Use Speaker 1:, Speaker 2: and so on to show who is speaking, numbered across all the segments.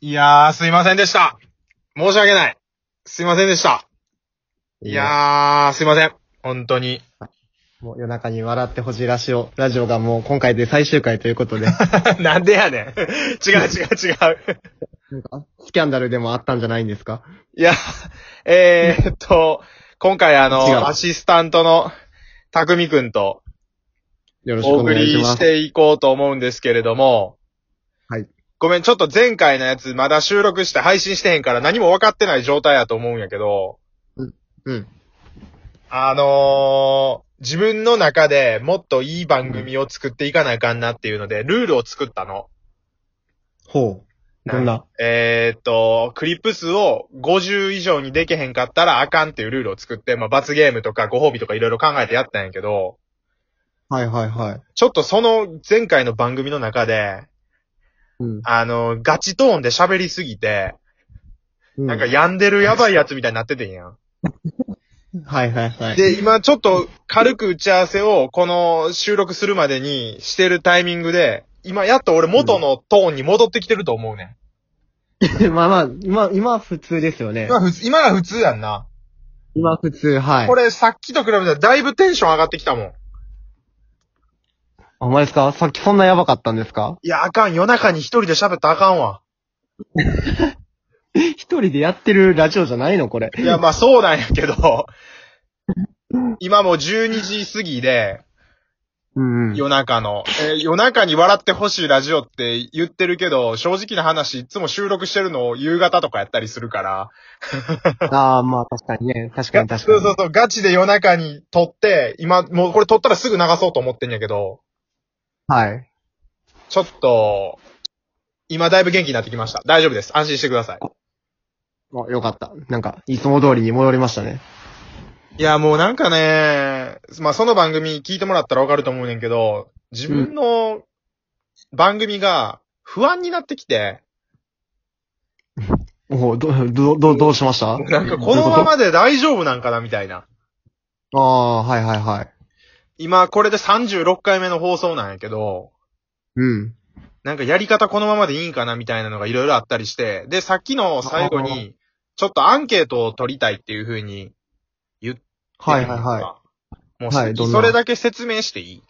Speaker 1: いやー、すいませんでした。申し訳ない。すいませんでした。いやー、すいません。本当に。
Speaker 2: もう夜中に笑ってほしいラジオ、ラジオがもう今回で最終回というこ とで、
Speaker 1: なんで やねん。違う違う違う。
Speaker 2: なんかスキャンダルでもあったんじゃないんですか
Speaker 1: いや、えーっと、今回あ
Speaker 2: 違う
Speaker 1: の、アシスタントの、たくみくんと
Speaker 2: よろしく
Speaker 1: お
Speaker 2: お
Speaker 1: 送
Speaker 2: 願いし
Speaker 1: り
Speaker 2: ま
Speaker 1: し
Speaker 2: す。
Speaker 1: ていこうと思うんですけれども。
Speaker 2: はい。
Speaker 1: ごめん、ちょっと前回のやつまだ収録して配信してへんから何も分かってない状態やと思うんやけど。
Speaker 2: うん。
Speaker 1: あのー、自分の中でもっといい番組を作っていかなあかんなっていうので、ルールを作ったの。
Speaker 2: ほう。どんな
Speaker 1: えーっと、クリップ数を50以上にできへんかったらあかんっていうルールを作って、まあ罰ゲームとかご褒美とかいろいろ考えてやったんやけど、
Speaker 2: はいはいはい。
Speaker 1: ちょっとその前回の番組の中で、
Speaker 2: うん。
Speaker 1: あの、ガチトーンで喋りすぎて、な
Speaker 2: な
Speaker 1: んか病んでるやばいやつみたいになっててんやん。
Speaker 2: はいはいはい。
Speaker 1: で、今ちょっと軽く打ち合わせをこの収録するまでにしてるタイミングで、今やっと俺元のトーンに戻ってきてると思うね
Speaker 2: まあまあ、今、今は普通ですよ
Speaker 1: ん。
Speaker 2: ね。
Speaker 1: 今普通、今が普通やんな。
Speaker 2: 今普通、はい。
Speaker 1: これさっきと比べたらだいぶテンション上がってきたもん。
Speaker 2: あ、ほんまですかさっきそんなやばかったんですか
Speaker 1: いや、あかん。夜中に一人で喋ったらあかんわ。
Speaker 2: 一人でやってるラジオじゃないのこれ。
Speaker 1: いや、まあそうなんやけど、今もう12時過ぎで、
Speaker 2: うんうん。
Speaker 1: 夜中の。えー夜中に笑ってほしいラジオって言ってるけど、正直な話、いつも収録してるのを夕方とかやったりするから。
Speaker 2: ああ、まあ確かにね。確かに確か
Speaker 1: そ
Speaker 2: に。
Speaker 1: うそうそう、ガチで夜中に撮って、今、もうこれ撮ったらすぐ流そうと思ってんやけど、
Speaker 2: はい。
Speaker 1: ちょっと、今だいぶ元気になってきました。大丈夫です。安心してください。
Speaker 2: あ、よかった。なんか、いつも通りに戻りましたね。
Speaker 1: いや、もうなんかね、まあ、その番組聞いてもらったらわかると思うねんけど、自分の番組が不安になってきて、
Speaker 2: おうど、ど、ど、どうしました
Speaker 1: なんかこのままで大丈夫なんかなみたいな。
Speaker 2: ああ、はいはいはい。
Speaker 1: 今、これで36回目の放送なんやけど、
Speaker 2: うん。
Speaker 1: なんかやり方このままでいいんかなみたいなのがいろいろあったりして、で、さっきの最後
Speaker 2: あ
Speaker 1: に、ちょっとアンケートを取りたいっていう風に言ってた
Speaker 2: は
Speaker 1: じ
Speaker 2: い
Speaker 1: ゃな
Speaker 2: はいい
Speaker 1: ですか
Speaker 2: はい。
Speaker 1: もう、
Speaker 2: はいどんな
Speaker 1: それだけ説明していい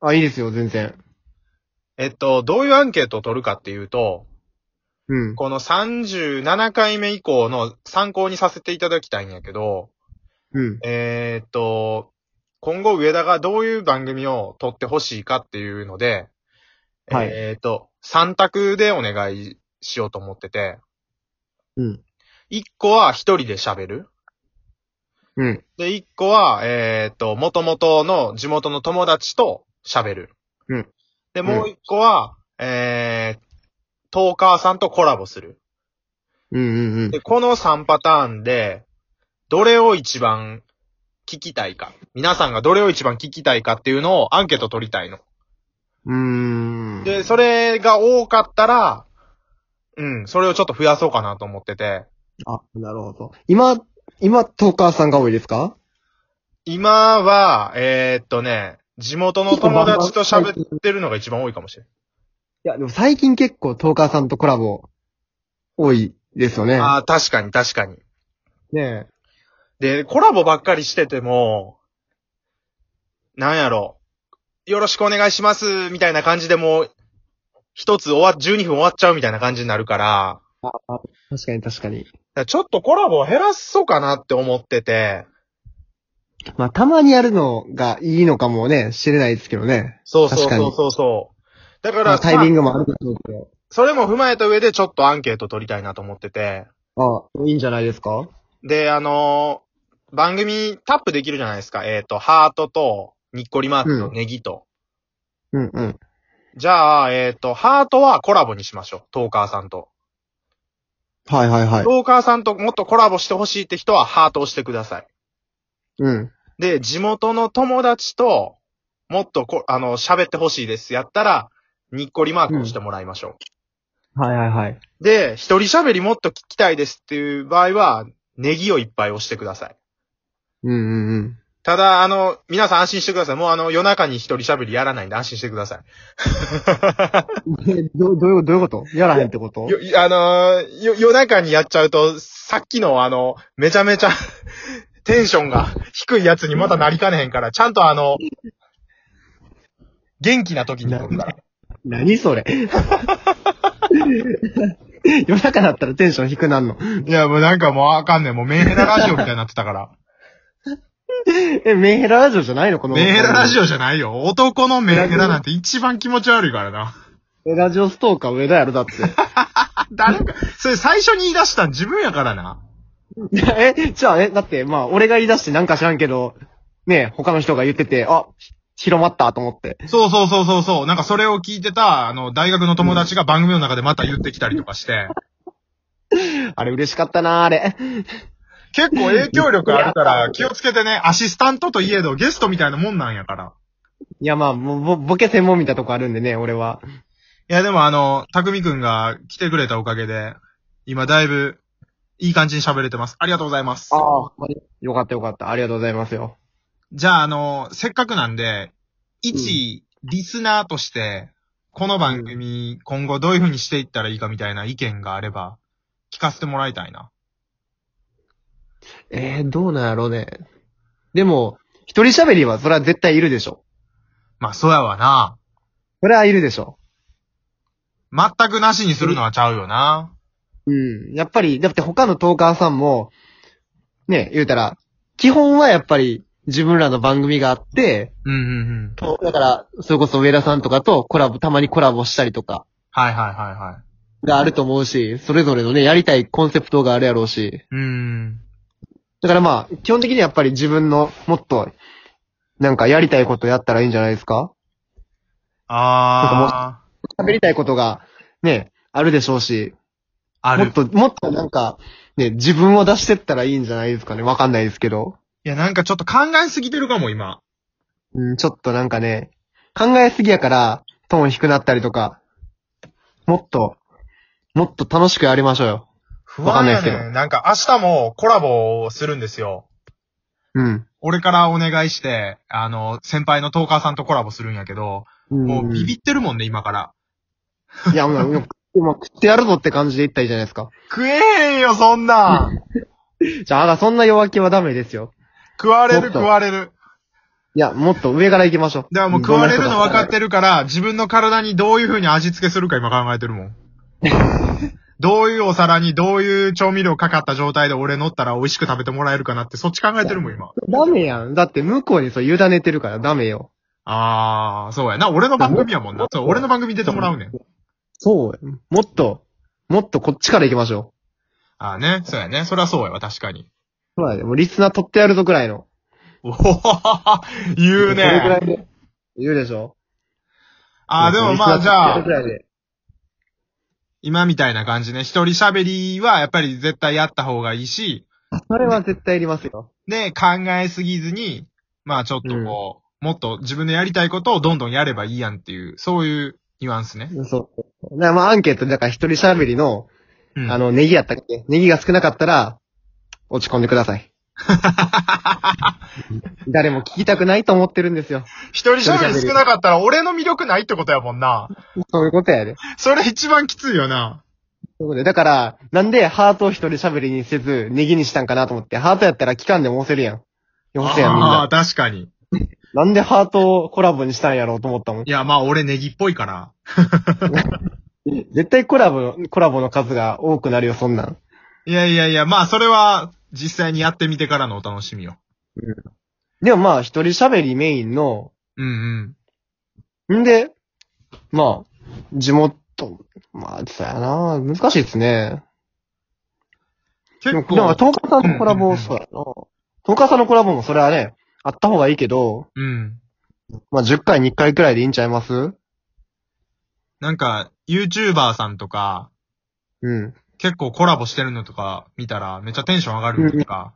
Speaker 2: あ、いいですよ、全然。
Speaker 1: えっと、どういうアンケートを取るかっていうと、
Speaker 2: うん。
Speaker 1: この37回目以降の参考にさせていただきたいんやけど、
Speaker 2: うん。
Speaker 1: えーっと、今後上田がどういう番組を撮ってほしいかっていうので、
Speaker 2: はい
Speaker 1: えーっと、3択でお願いしようと思ってて、
Speaker 2: うん。
Speaker 1: 1個は一人で喋る。
Speaker 2: うん。
Speaker 1: で、1個は、えーっと、元々の地元の友達と喋る。
Speaker 2: うん。
Speaker 1: で、もう1個は、えー、トーカーさんとコラボする。
Speaker 2: うんうんうん。
Speaker 1: で、この3パターンで、どれを一番聞きたいか。皆さんがどれを一番聞きたいかっていうのをアンケート取りたいの。
Speaker 2: うーん。
Speaker 1: で、それが多かったら、うん、それをちょっと増やそうかなと思ってて。
Speaker 2: あ、なるほど。今、今、トーカーさんが多いですか
Speaker 1: 今は、えーっとね、地元の友達と喋ってるのが一番多いかもしれ
Speaker 2: いや、でも最近結構トーカーさんとコラボ、多いですよね。
Speaker 1: ない。ああー、確かに確かに。
Speaker 2: ねえ。
Speaker 1: で、コラボばっかりしてても、なんやろ、よろしくお願いします、みたいな感じでもう、一つ終わ、12分終わっちゃうみたいな感じになるから、
Speaker 2: ああ確かに確かに。
Speaker 1: だからちょっとコラボを減らそうかなって思ってて、
Speaker 2: まあ、たまにやるのがいいのかもね、知れないですけどね。
Speaker 1: そうそう
Speaker 2: 確か
Speaker 1: そ
Speaker 2: に
Speaker 1: うそうそう。だか
Speaker 2: ま
Speaker 1: ら
Speaker 2: あ、タイミン
Speaker 1: まあ
Speaker 2: グもあるでしょうけど。
Speaker 1: それも踏まえた上でちょっとアンケート取りたいなと思ってて、
Speaker 2: あいいんじゃないですか
Speaker 1: で、あのー番組タップできるじゃないですか。えっ、と、ハートと、にっこりマークと、
Speaker 2: うん
Speaker 1: ネギと。
Speaker 2: うんうん。
Speaker 1: じゃあ、えっ、と、ハートはコラボにしましょう。トーカーさんと。
Speaker 2: はいはいはい
Speaker 1: ト。ーカーさんともっとコラボしてほしいって人はハートをしてください。
Speaker 2: うん。
Speaker 1: で、地元の友達と、もっとこ、あの、喋ってほしいです。やったら、にっこりマークをしてもらいましょう。
Speaker 2: はいはいはい。
Speaker 1: で、一人喋りもっと聞きたいですっていう場合は、ネギをいっぱい押してください。
Speaker 2: うんうんうん。
Speaker 1: ただ、あの、皆さん安心してください。もうあの、夜中に一人喋りやらないんで安心してくださ
Speaker 2: えど、どういう、どういうことやらへんってこと
Speaker 1: い。よ、いあのーよ、夜中にやっちゃうと、さっきのあの、めちゃめちゃ、 テンションが低いやつにまたなりかねへんから、ちゃんとあの、元気な時に撮るから。
Speaker 2: 何それ 夜中だったらテンション低なんの。
Speaker 1: いや、もうなんかもうあかんねん。もうメンヘララジオみたいになってたから。
Speaker 2: え、メンヘララジオじゃないのこの。
Speaker 1: メンヘララジオじゃないよ。男のメンヘラなんて一番気持ち悪いからな。
Speaker 2: オ。ラジオストーカー上田やろ、だって。
Speaker 1: 誰か、それ最初に言い出したん自分やからな。
Speaker 2: え、じゃあ、え、だって、まあ、俺が言い出してなんか知らんけど、ね、他の人が言ってて、あ、広まったと思って。
Speaker 1: そうそうそうそうそう。なんかそれを聞いてた、あの、大学の友達が番組の中でまた言ってきたりとかして、
Speaker 2: あれ嬉しかったな、あれ。
Speaker 1: 結構影響力あるから気をつけてね、アシスタントといえどゲストみたいなもんなんやから。
Speaker 2: いや、まあ、ぼ、ぼボケ専門みたいなとこあるんでね、俺は。
Speaker 1: いやでもあの、たくみくんが来てくれたおかげで、今だいぶいい感じに喋れてます。ありがとうございます。
Speaker 2: あ。よかったよかった。ありがとうございますよ。
Speaker 1: じゃああの、せっかくなんで、一、リスナーとして、この番組今後どういう風にしていったらいいかみたいな意見があれば、聞かせてもらいたいな。
Speaker 2: えー、どうなんやろうね。でも、一人喋りは、それは絶対いるでしょ。
Speaker 1: まあそうやわな。
Speaker 2: それはいるでしょ。
Speaker 1: 全くなしにするのはちゃうよな。
Speaker 2: うん。やっぱり、だって他のトーカーさんも、ね、言うたら、基本はやっぱり自分らの番組があって、
Speaker 1: うんうんうん。
Speaker 2: だから、それこそ上田さんとかとコラボ、たまにコラボしたりとか
Speaker 1: はいはいはいはい。
Speaker 2: があると思うし、それぞれのね、やりたいコンセプトがあるやろうし。
Speaker 1: うーん。
Speaker 2: だからまあ、基本的にはやっぱり自分のもっと、なんかやりたいことやったらいいんじゃないですか
Speaker 1: あー。
Speaker 2: 喋りたいことが、ね、あるでしょうし、
Speaker 1: あ
Speaker 2: も
Speaker 1: る
Speaker 2: っ。と、もっとなんか、ね、自分を出してったらいいんじゃないですかね。わかんないですけど。
Speaker 1: いやなんかちょっと考えすぎてるかも今。
Speaker 2: うん、ちょっとなんかね、考えすぎやから、トーン低くなったりとか、もっと、もっと楽しくやりましょうよ。
Speaker 1: 不
Speaker 2: わかん
Speaker 1: 安
Speaker 2: な
Speaker 1: や
Speaker 2: いですけど
Speaker 1: ねん。なんか明日もコラボをするんですよ。
Speaker 2: うん。
Speaker 1: 俺からお願いして、あの、先輩のトーカーさんとコラボするんやけど、もうビビってるもんね、今から。
Speaker 2: いや、もう、もうもう食ってやるぞって感じで言ったらいいじゃないですか。
Speaker 1: 食えへんよ、そん なん
Speaker 2: じゃあ、あそんな弱気はダメですよ。
Speaker 1: 食われる、
Speaker 2: もっと
Speaker 1: 食われる。
Speaker 2: いや、もっと上から行きましょう。
Speaker 1: だからもう食われるの分かってるから、自分の体にどういう風に味付けするか今考えてる もん。どういうお皿にどういう調味料かかった状態で俺乗ったら美味しく食べてもらえるかなって、そっち考えてるもん、今。
Speaker 2: ダメやん。だって向こうにそう委ねてるからダメよ。
Speaker 1: あー、そうやな。俺の番組やもんな。そう、俺の番組に出てもらうねん。
Speaker 2: そうやもっと、もっとこっちから行きましょ
Speaker 1: あーね、そうやね。そりゃそうやわ、確かに。
Speaker 2: う。そうやで、もうリスナー取ってやるぞぐらいの。
Speaker 1: おほほほほ 言う
Speaker 2: それぐらい
Speaker 1: ね。
Speaker 2: で。言うでしょ
Speaker 1: あー、でもまあじゃあ
Speaker 2: それぐ、らいで
Speaker 1: 今みたいな感じね。一人喋りはやっぱり絶対やった方がいいし、
Speaker 2: それは絶対いりますよ。
Speaker 1: で、考えすぎずに、まあちょっとこう、もっと自分のやりたいことをどんどんやればいいやんっていう、そういうニュアンスね。
Speaker 2: そうそう。だからまあアンケートで、だから一人喋りの、
Speaker 1: うん
Speaker 2: あ、の、ネギやったっけネギが少なかったら、落ち込んでく ださい。誰も聞きたくないと思ってるんですよ。
Speaker 1: 一人喋り少なかったら俺の魅力ないってことやもんな。
Speaker 2: そういうことやで。
Speaker 1: それ一番きついよな。
Speaker 2: そういうことでだから、なんでハートを一人喋りにせず、ネギにしたんかなと思って、ハートやったら期間でも押せるやん。押せやん、みん
Speaker 1: ああ
Speaker 2: な。
Speaker 1: ー、確かに。
Speaker 2: なんでハートをコラボにしたんやろうと思ったもん。
Speaker 1: いや、まあ俺ネギっぽいから。
Speaker 2: 絶対コラボ、コラボの数が多くなるよ、そんなん。
Speaker 1: いやいやいや、まあそれは実際にやってみてからのお楽しみよ。
Speaker 2: でもまあ、一人喋りメインの、
Speaker 1: うんうん。
Speaker 2: んで、まあ、地元、まあ、そうやな、難しいですね。でも、
Speaker 1: 結
Speaker 2: でも
Speaker 1: 構、
Speaker 2: トーカーさんのコラ
Speaker 1: うんうんう
Speaker 2: ボ、
Speaker 1: ん
Speaker 2: そうやな。トーカーさんのコラボもそれはね、あった方がいいけど、
Speaker 1: うん。
Speaker 2: まあ、10回に1回くらいでいいんちゃいます
Speaker 1: なんか、YouTuber さんとか、
Speaker 2: うん。
Speaker 1: 結構コラボしてるのとか見たらめっちゃテンション上がるっていうか、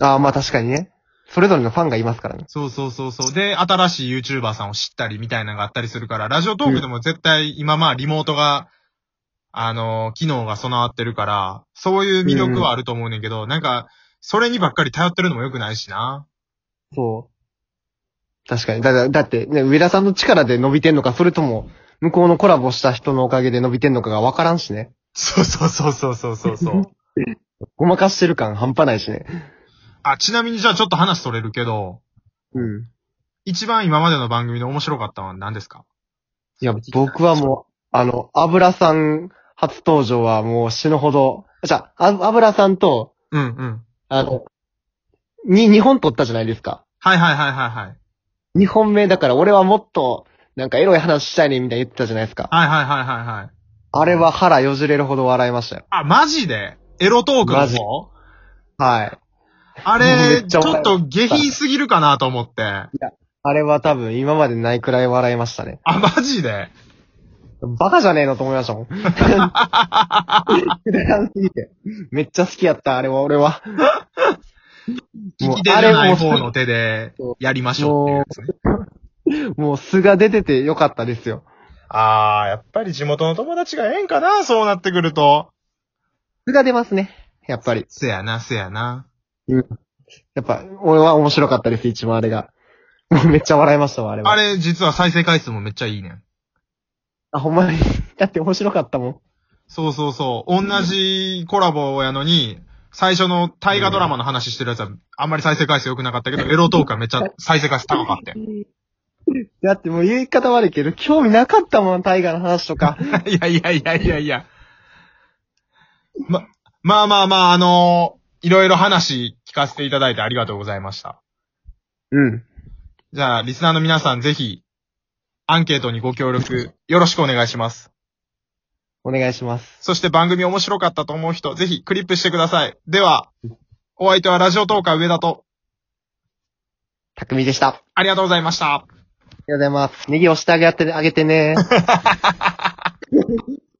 Speaker 2: ああ、まあ確かにね。それぞれのファンがいますからね。
Speaker 1: そうそうそうそう。で、新しい YouTuber さんを知ったりみたいなのがあったりするから、ラジオトークでも絶対今まあリモートが、あのー機能が備わってるから、そういう魅力はあると思うねんけど、なんか、それにばっかり頼ってるのも良くないしな。
Speaker 2: そう。確かに。だだだって、ね、上田さんの力で伸びてんのか、それとも、向こうのコラボした人のおかげで伸びてんのかが分からんしね。
Speaker 1: そうそうそうそうそうそうそう。
Speaker 2: ごまかしてる感半端ないしね。
Speaker 1: あ、ちなみにじゃあちょっと話それるけど、
Speaker 2: うん。
Speaker 1: 一番今までの番組で面白かったのは何ですか
Speaker 2: いや、僕はもう、あの、油さん初登場はもう死ぬほど、じゃあ、あ油さんと、
Speaker 1: うんうん。
Speaker 2: あの、に、2本撮ったじゃないですか。
Speaker 1: はいはいはいはいはい。
Speaker 2: 2本目だから俺はもっと、なんかエロい話したいねみたいに言ってたじゃないですか。
Speaker 1: はいはいはいはいはい。
Speaker 2: あれは腹よじれるほど笑いましたよ。
Speaker 1: あ、マジでエロトークの
Speaker 2: マジ
Speaker 1: 方
Speaker 2: はい。
Speaker 1: あ
Speaker 2: め
Speaker 1: れ、
Speaker 2: っち
Speaker 1: ち
Speaker 2: ゃ
Speaker 1: ょ
Speaker 2: 笑
Speaker 1: っ
Speaker 2: う
Speaker 1: と下品すぎるかなと思って。あ、
Speaker 2: あれは多分今までないくらい笑いましたね。
Speaker 1: マジで
Speaker 2: バカじゃねえのと思いましたもん。くだらんすぎて。めっちゃ好きやった、あれは俺は。
Speaker 1: 聞き手じゃない方の手でやりましょうっていうやつね。
Speaker 2: もう素が出ててよかったですよ。
Speaker 1: あー、やっぱり地元の友達がええんかな、そうなってくると。
Speaker 2: 素が出ますね。やっぱり。
Speaker 1: せやな、せやな。
Speaker 2: やっぱ、俺は面白かったです、一番あれが。もうめっちゃ笑いましたわ、あれは。
Speaker 1: あれ、実は再生回数もめっちゃいいねん。
Speaker 2: あ、ほんまに。だって面白かったもん。
Speaker 1: そうそうそう。同じコラボやのに、最初の大河ドラマの話してるやつは、あんまり再生回数良くなかったけど、エロトークはめっちゃ再生回数高かったよ
Speaker 2: だってもう言い方悪いけど、興味なかったもん、大河の話とか。
Speaker 1: いやいやいやいやいや。ま、まあまあまあ、あのーいろいろ話聞かせていただいてありがとうございました。
Speaker 2: うん。
Speaker 1: じゃあ、リスナーの皆さんぜひ、アンケートにご協力、よろしくお願いします。
Speaker 2: お願いします。
Speaker 1: そして番組面白かったと思う人、ぜひクリップしてください。では、お相手はラジオトーカー上田と、
Speaker 2: 匠でした。あ
Speaker 1: ありがとうございました。
Speaker 2: りがとうございます。ネギ押してあげてあげてね。